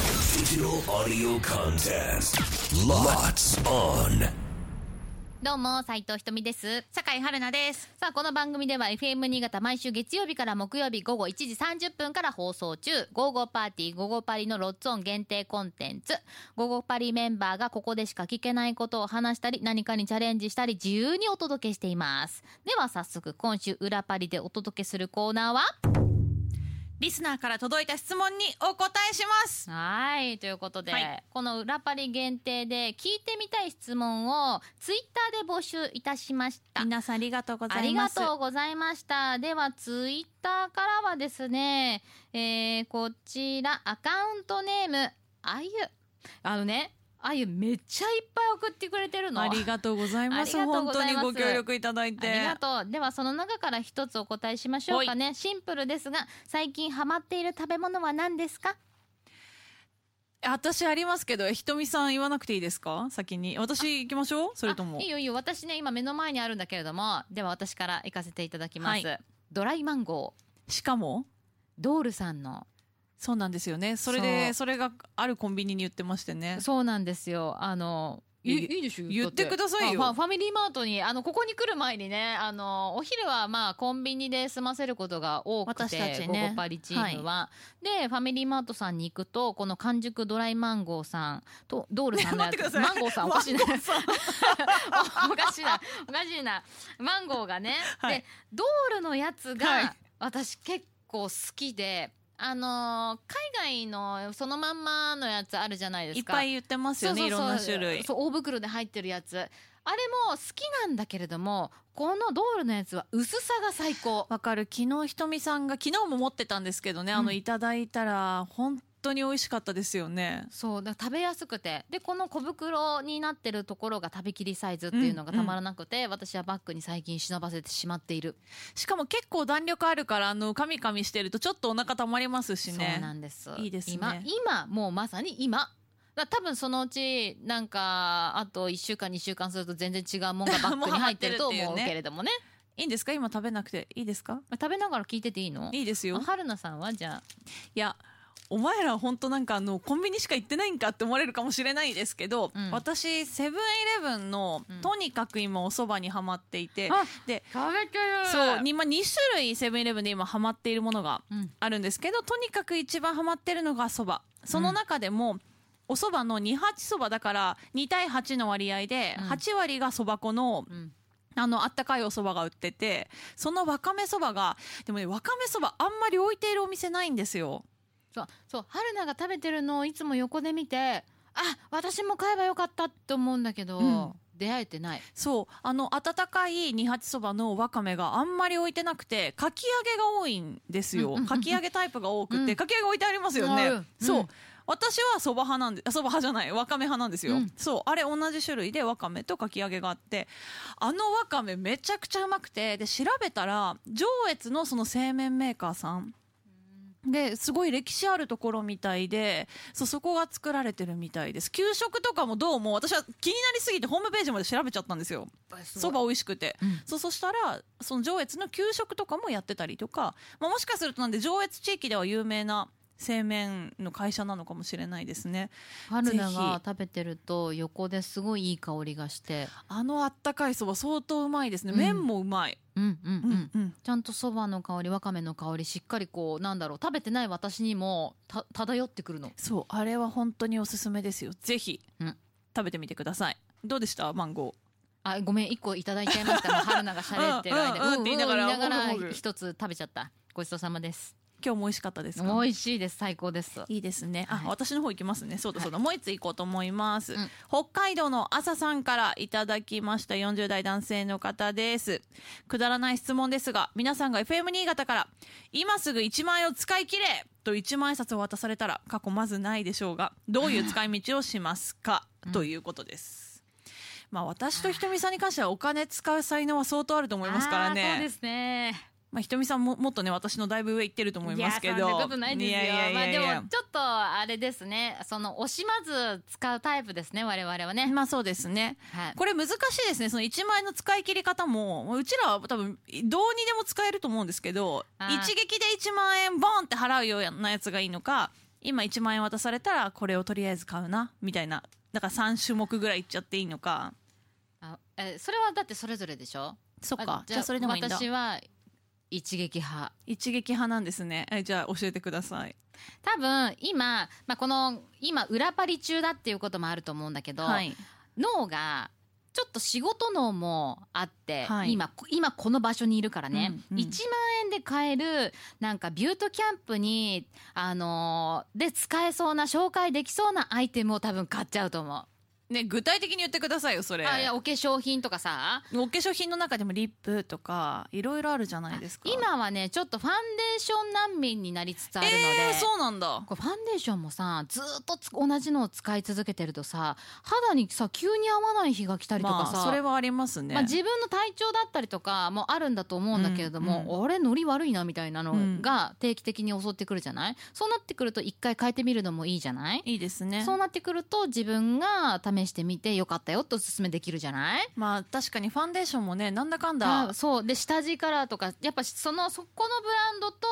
Digital audio contest. Lots on. どうも、斉藤ひとみです。酒井春奈です。さあ、この番組では FM 新潟毎週月曜日から木曜日午後1時30分から放送中、午後パーティー、午後パリのロッツオン限定コンテンツ、午後パリメンバーがここでしか聞けないことを話したり、何かにチャレンジしたり、自由にお届けしています。では、早速、今週裏パリでお届けするコーナーはリスナーから届いた質問にお答えします。はい、ということで、はいこの裏パリ限定で聞いてみたい質問を、ツイッターで募集いたしました。皆さんありがとうござあいりまがす。とうございました。では、ツイッターからはですね、えー、こちら、アカウントネーム、あゆ。あのね、あゆめっちゃいっぱい送ってくれてるの。ありがとうございます。ありがとう本ご当ざいにますご協力いただいて。ありがとう。では、その中から一つお答えしましょうかね。シンプルですが、最近ハマっている食べ物は何ですか私ありますけど、ひとみさん言わなくていいですか先に。私行きましょうそそれともいい。よいいよ。私ね、今目の前にあるんだけれども、では私から行かせていただきます。はドライマンゴー、しかもドールさんのそうなんですよね。それそで、うそれがあるコンビニに言ってましてね。そうなんですよ。あの、いいいいでしょ言ってくださいよあファファミリーマートに、あの、ここに来る前にね、あの、お昼はまあ、コンビニで済ませることが多くて、私たちねゴゴパリチームは、で、ファミリーマートさんに行くと、この完熟ドライマンゴーさんと、ドールさんのや待ってくつ、ださマいンゴーさんおかしいな。マンゴーさん おかしいな。おかしいな。マンゴーがね。はいで、ドールのやつはいが、私結構好きで、あのー海外のそのまんまのやつあるじゃないでいすっか。ぱい言ってますよね。いろんな種類。そう大袋で入ってるやつあれも好きなんだけれどもこのドールのやつは薄さが最高わかる。昨日ひとみさんが、昨日も持ってたんですけどね、あうの、んいただいたら、本当に美味しかったですよね。そうだから食べやすくてでこの小袋になってるところが食べきりサイズっていうのがたまらなくて、私はバッグに最近忍ばせてしまっている、しかも結構弾力あるから、あの、カミカミしてるとちょっとお腹溜まりますしね。そうなんですいいですね今今もうまさに今だから多分そのうちなんかあと1週間2週間すると全然違うもんがバッグに入ってると思うけれどもねいいんですか今食べなくて。いいですか食べながら聞いてていいのいいですよあ。春菜さんはじゃあいや、お前ら本当なんかあの、コンビニしか行ってないんかって思われるかもしれないですけど、うん私、セブンイレブンのうん、とにかく今お蕎麦にハマっていて、あで、食べてるそう、にまあ、2種類セブンイレブンで今ハマっているものがうんあるんですけど、とにかく一番ハマってるのが蕎麦。その中でも、お蕎麦の2八蕎麦だから、2対8の割合で、うん8割が蕎麦粉の、うんあの、あったかいお蕎麦が売ってて、そのわかめ蕎麦が、でもね、わかめ蕎麦あんまり置いているお店ないんですよ。そうそう春菜が食べてるのをいつも横で見てあ私も買えばよかったって思うんだけど、うん出会えてないそう、あの、温かい二八蕎麦のわかめがあんまり置いてなくて、かき揚げが多いんですうんようんうん。かき揚げタイプが多くうんて、かき揚げ置いてありますよあね。るうんそう。私は蕎麦派なんで、あ蕎麦派じゃない、わかめ派なんですよ。うんそう、あれ同じ種類でわかめとかき揚げがあって、あのわかめめちゃくちゃうまくて、で、調べたら、上越のその製麺メーカーさん。で、すごい歴史あるところみたいで、そう、そこが作られてるみたいです。給食とかもどうも、私は気になりすぎてホームページまで調べちゃったんですよ。そば美味しくて。うんそう、そしたら、その上越の給食とかもやってたりとか、まあ、もしかするとなんで上越地域では有名な製麺の会社なのかもしれないですね。春菜ぜがひ食べてると横ですごいいい香りがしてあのあったかいそば相当うまいですね。うん麺もうまい。うんうんうん、うん、うん。ちゃんとそばの香りわかめの香りしっかりこうなんだろう食べてない私にもた漂ってくるのそう、あれは本当におすすめですよ。ぜひ、うん食べてみてください。どうでしたマンゴー。あごめん一個いただいちゃいま したもう春菜が喋ってる間うんうんうんって言いながらうんうん言いなもぐがもらぐ一つ食べちゃったごちそうさまです今日も美味しかったです美か味しいです最高ですいいですね。あ、はい私の方行きますね。そうだそうだ。もう一つ行こうと思います。うん北海道の朝さんからいただきました40代男性の方です。くだらない質問ですが、皆さんが FM 新潟から、今すぐ1万円を使い切れと1万円札を渡されたら、過去まずないでしょうが、どういう使い道をしますか、ということです。まあ私とひとみさんに関してはお金使う才能は相当あると思いますからあーそうでね。すねまあひとみさんももっとね、私のだいぶ上行ってると思いますけど。いやそんなことないですよいやいやいやいやまあでもちょっとあれですねその惜しまず使うタイプですね我々はね、まあそうですね。はいこれ難しいですね。その1万円の使い切り方も、うちらは多分、どうにでも使えると思うんですけど、あー一撃で1万円ボンって払うようなやつがいいのか、今1万円渡されたらこれをとりあえず買うなみたいなだから3種目ぐらいいっちゃっていいのかあえそれはだってそれぞれでしょそっあかじゃあそれでもいいんだ私は一撃派一撃派なんですねえじゃあ教えてください多分今、まあ、この今裏パリ中だっていうこともあると思うんだけど、い脳がちょっと仕事脳もあって、はい今こ今この場所にいるからね、うんう1ん万円で買えるなんかビュートキャンプに、あのーで使えそうな紹介できそうなアイテムを多分買っちゃうと思う、ね具体的に言ってくださいよそれあいやお化粧品とかさお化粧品の中でもリップとかいろいろあるじゃないですか今はねちょっとファンデーション難民になりつつあるので、えー、そうなんだこうファンデーションもさずーっとつ同じのを使い続けてるとさ肌にさ急に合わない日が来たりとかさ、まあ、それはありますね、まあ、自分の体調だったりとかもあるんだと思うんだけれども、うんあれノリ悪いなみたいなのうんが定期的に襲ってくるじゃない、そうなってくると一回変えてみるのもいいじゃない、いいですねそうなってくると自分が試してみてよかったよとおすすめできるじゃないまあ確かにファンデーションもねなんだかんあだそうで下地カラーとかやっぱそのそこのブランドと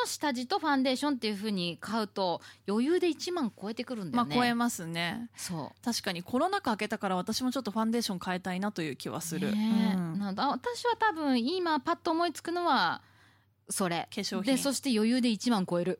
の下地とファンデーションっていうふうに買うと余裕で1万超えてくるんだまよあね、超えますねそう確かにコロナ禍明けたから私もちょっとファンデーション変えたいなという気はする、ねえうんなんだあ私は多分今パッと思いつくのはそれ化粧品でそして余裕で1万超える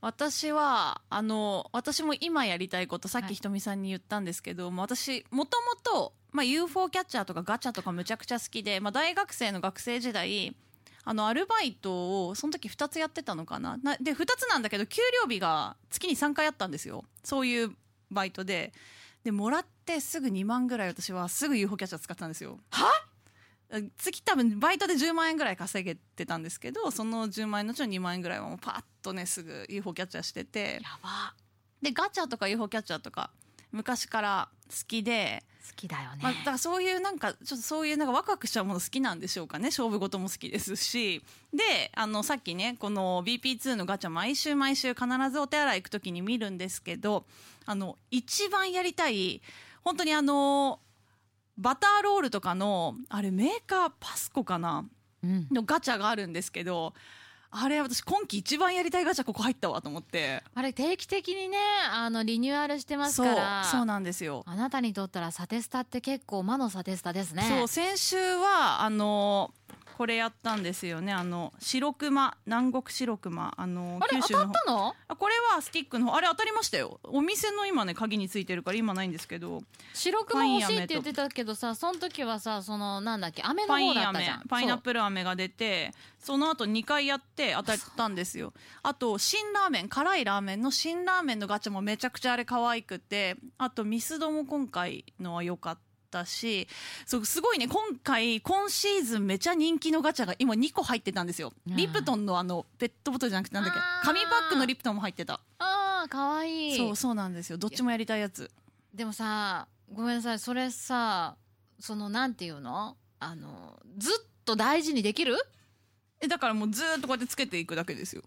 私はあの私も今やりたいことさっはいきひとみさんに言ったんですけど、もう私もともと、まあ、UFO キャッチャーとかガチャとかむちゃくちゃ好きで、まあ、大学生の学生時代あのアルバイトをその時2つやってたのかななで2つなんだけど給料日が月に3回あったんですよそういうバイトででもらってすぐ2万ぐらい私はすぐ UFO キャッチャー使ってたんですよ月多分バイトで10万円ぐらい稼げてたんですけどその10万円のうちの2万円ぐらいはもうパッとねすぐ UFO キャッチャーしててばでガチャとか UFO キャッチャーとか昔から好きで、好きだよね、まあ、だからそういうなんかちょっとそういうなんかワクワクしちゃうもの好きなんでしょうかね勝負事も好きですしであのさっきねこの BP2 のガチャ毎週毎週必ずお手洗い行く時に見るんですけどあの一番やりたい本当にあのバターロールとかのあれメーカーパスコかなうんのガチャがあるんですけどあれ私今季一番やりたいガチャここ入ったわと思ってあれ定期的にねあのリニューアルしてますそかうらそうなんですよ、あなたにとったらサテスタって結構魔のサテスタですねそう先週はあのこれやったんですよねあの白熊南国白熊あのあれ九当州たのっ方たのあこれはスティックの方あれ当たりましたよお店の今ね鍵についてるから今ないんですけど白パ熊イン欲し飴といって言ってたけどさその時はさそのなんだっけ飴のパイ方ンだったじゃ飴んパイナップル飴が出てその後2回やって当たったんですよあと辛ラーメン辛いラーメンの辛ラーメンのガチャもめちゃくちゃあれ可愛くてあとミスドも今回のは良かったしそうすごいね今回今シーズンめちゃ人気のガチャが今2個入ってたんですようんリプトンのあのペットボトルじゃなくてなんだっけあー紙パックのリプトンも入ってたそうああかわいいそうそうなんですよどっちもやりたいやつでもさごめんなさいそれさそのなんていうのあのずっと大事にできるえだからもうずーっとこうやってつけていくだけですよ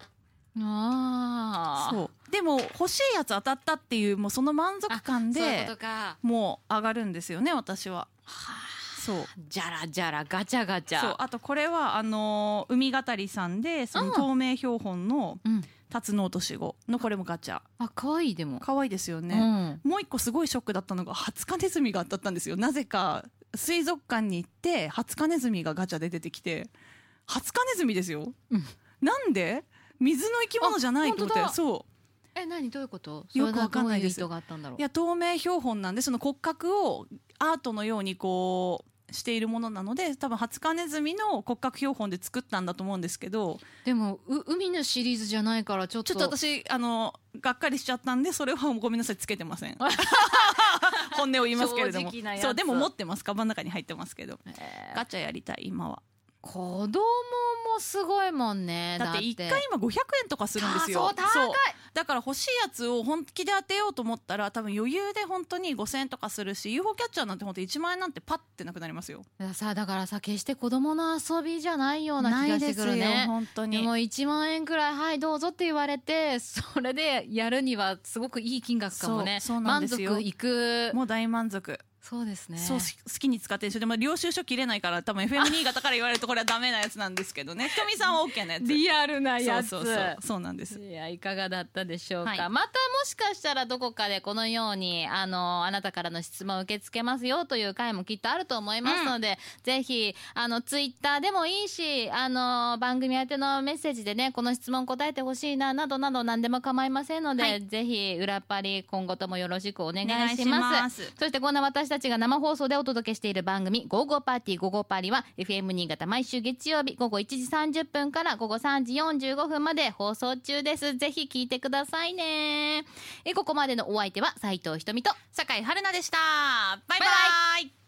ああそうでも欲しいやつ当たったっていうもうその満足感そういうでことかもう上がるんですよね私ははあそうじゃらじゃらガチャガチャそうあとこれはあのー海語りさんでそのうん透明標本のうん「タツノオトシゴ」のこれもガチャあ可愛いでも可愛いですようね、んもう一個すごいショックだったのがハツカネズミが当たったんですよなぜか水族館に行ってハツカネズミがガチャで出てきてハツカネズミですよ、うんなんで水の生き物じゃないと思っあ本当だてそうえ何どういうことよくわかんないですそれはどうう意図があったんだろういや透明標本なんでその骨格をアートのようにこうしているものなので多分ハツカネズミの骨格標本で作ったんだと思うんですけどでもう海のシリーズじゃないからちょっちとょっと私あのがっかりしちゃったんでそれはごめんなさいつけてません 本音を言いますけれども正直なやつそうでも持ってますカバンの中に入ってますけどえーガチャやりたい今は子供もすごいもんねだって1回今500円とかするんですよあそう高いだから欲しいやつを本気で当てようと思ったら多分余裕で本当に5000円とかするし UFO キャッチャーなんて本当1万円なんてパッてなくなりますよいやさだからさ決して子供の遊びじゃないような気がしてくるないですよね本当でにも1万円くらいはいどうぞって言われてそれでやるにはすごくいい金額かもねそうそうな満んです足よいくもう大満足そうですねそうす好きに使ってるでしょでも領収書切れないから多分 FM 新潟から言われるとこれはダメなやつなんですけ どねひとみさんは OK なやつリアルなやつそうそうそうそうなんですいやいかがだったでしょうか、はいまたもしかしたらどこかでこのようにあのあなたからの質問を受け付けますよという回もきっとあると思いますので、ぜひあのツイッターでもいいしあの番組宛てのメッセージでねこの質問答えてほしいななどなど何でも構いませんので、はいぜひ裏パリ今後ともよろしくお願いお願いししますますそしてこんな私たちが生放送でお届けしている番組「ゴーゴーパーティーゴーゴーパーリ」は FM 新潟毎週月曜日午後1時30分から午後3時45分まで放送中ですぜひ聞いてくださいねえここまでのお相手は斉藤ひとみと酒井春奈でしたバイババイイ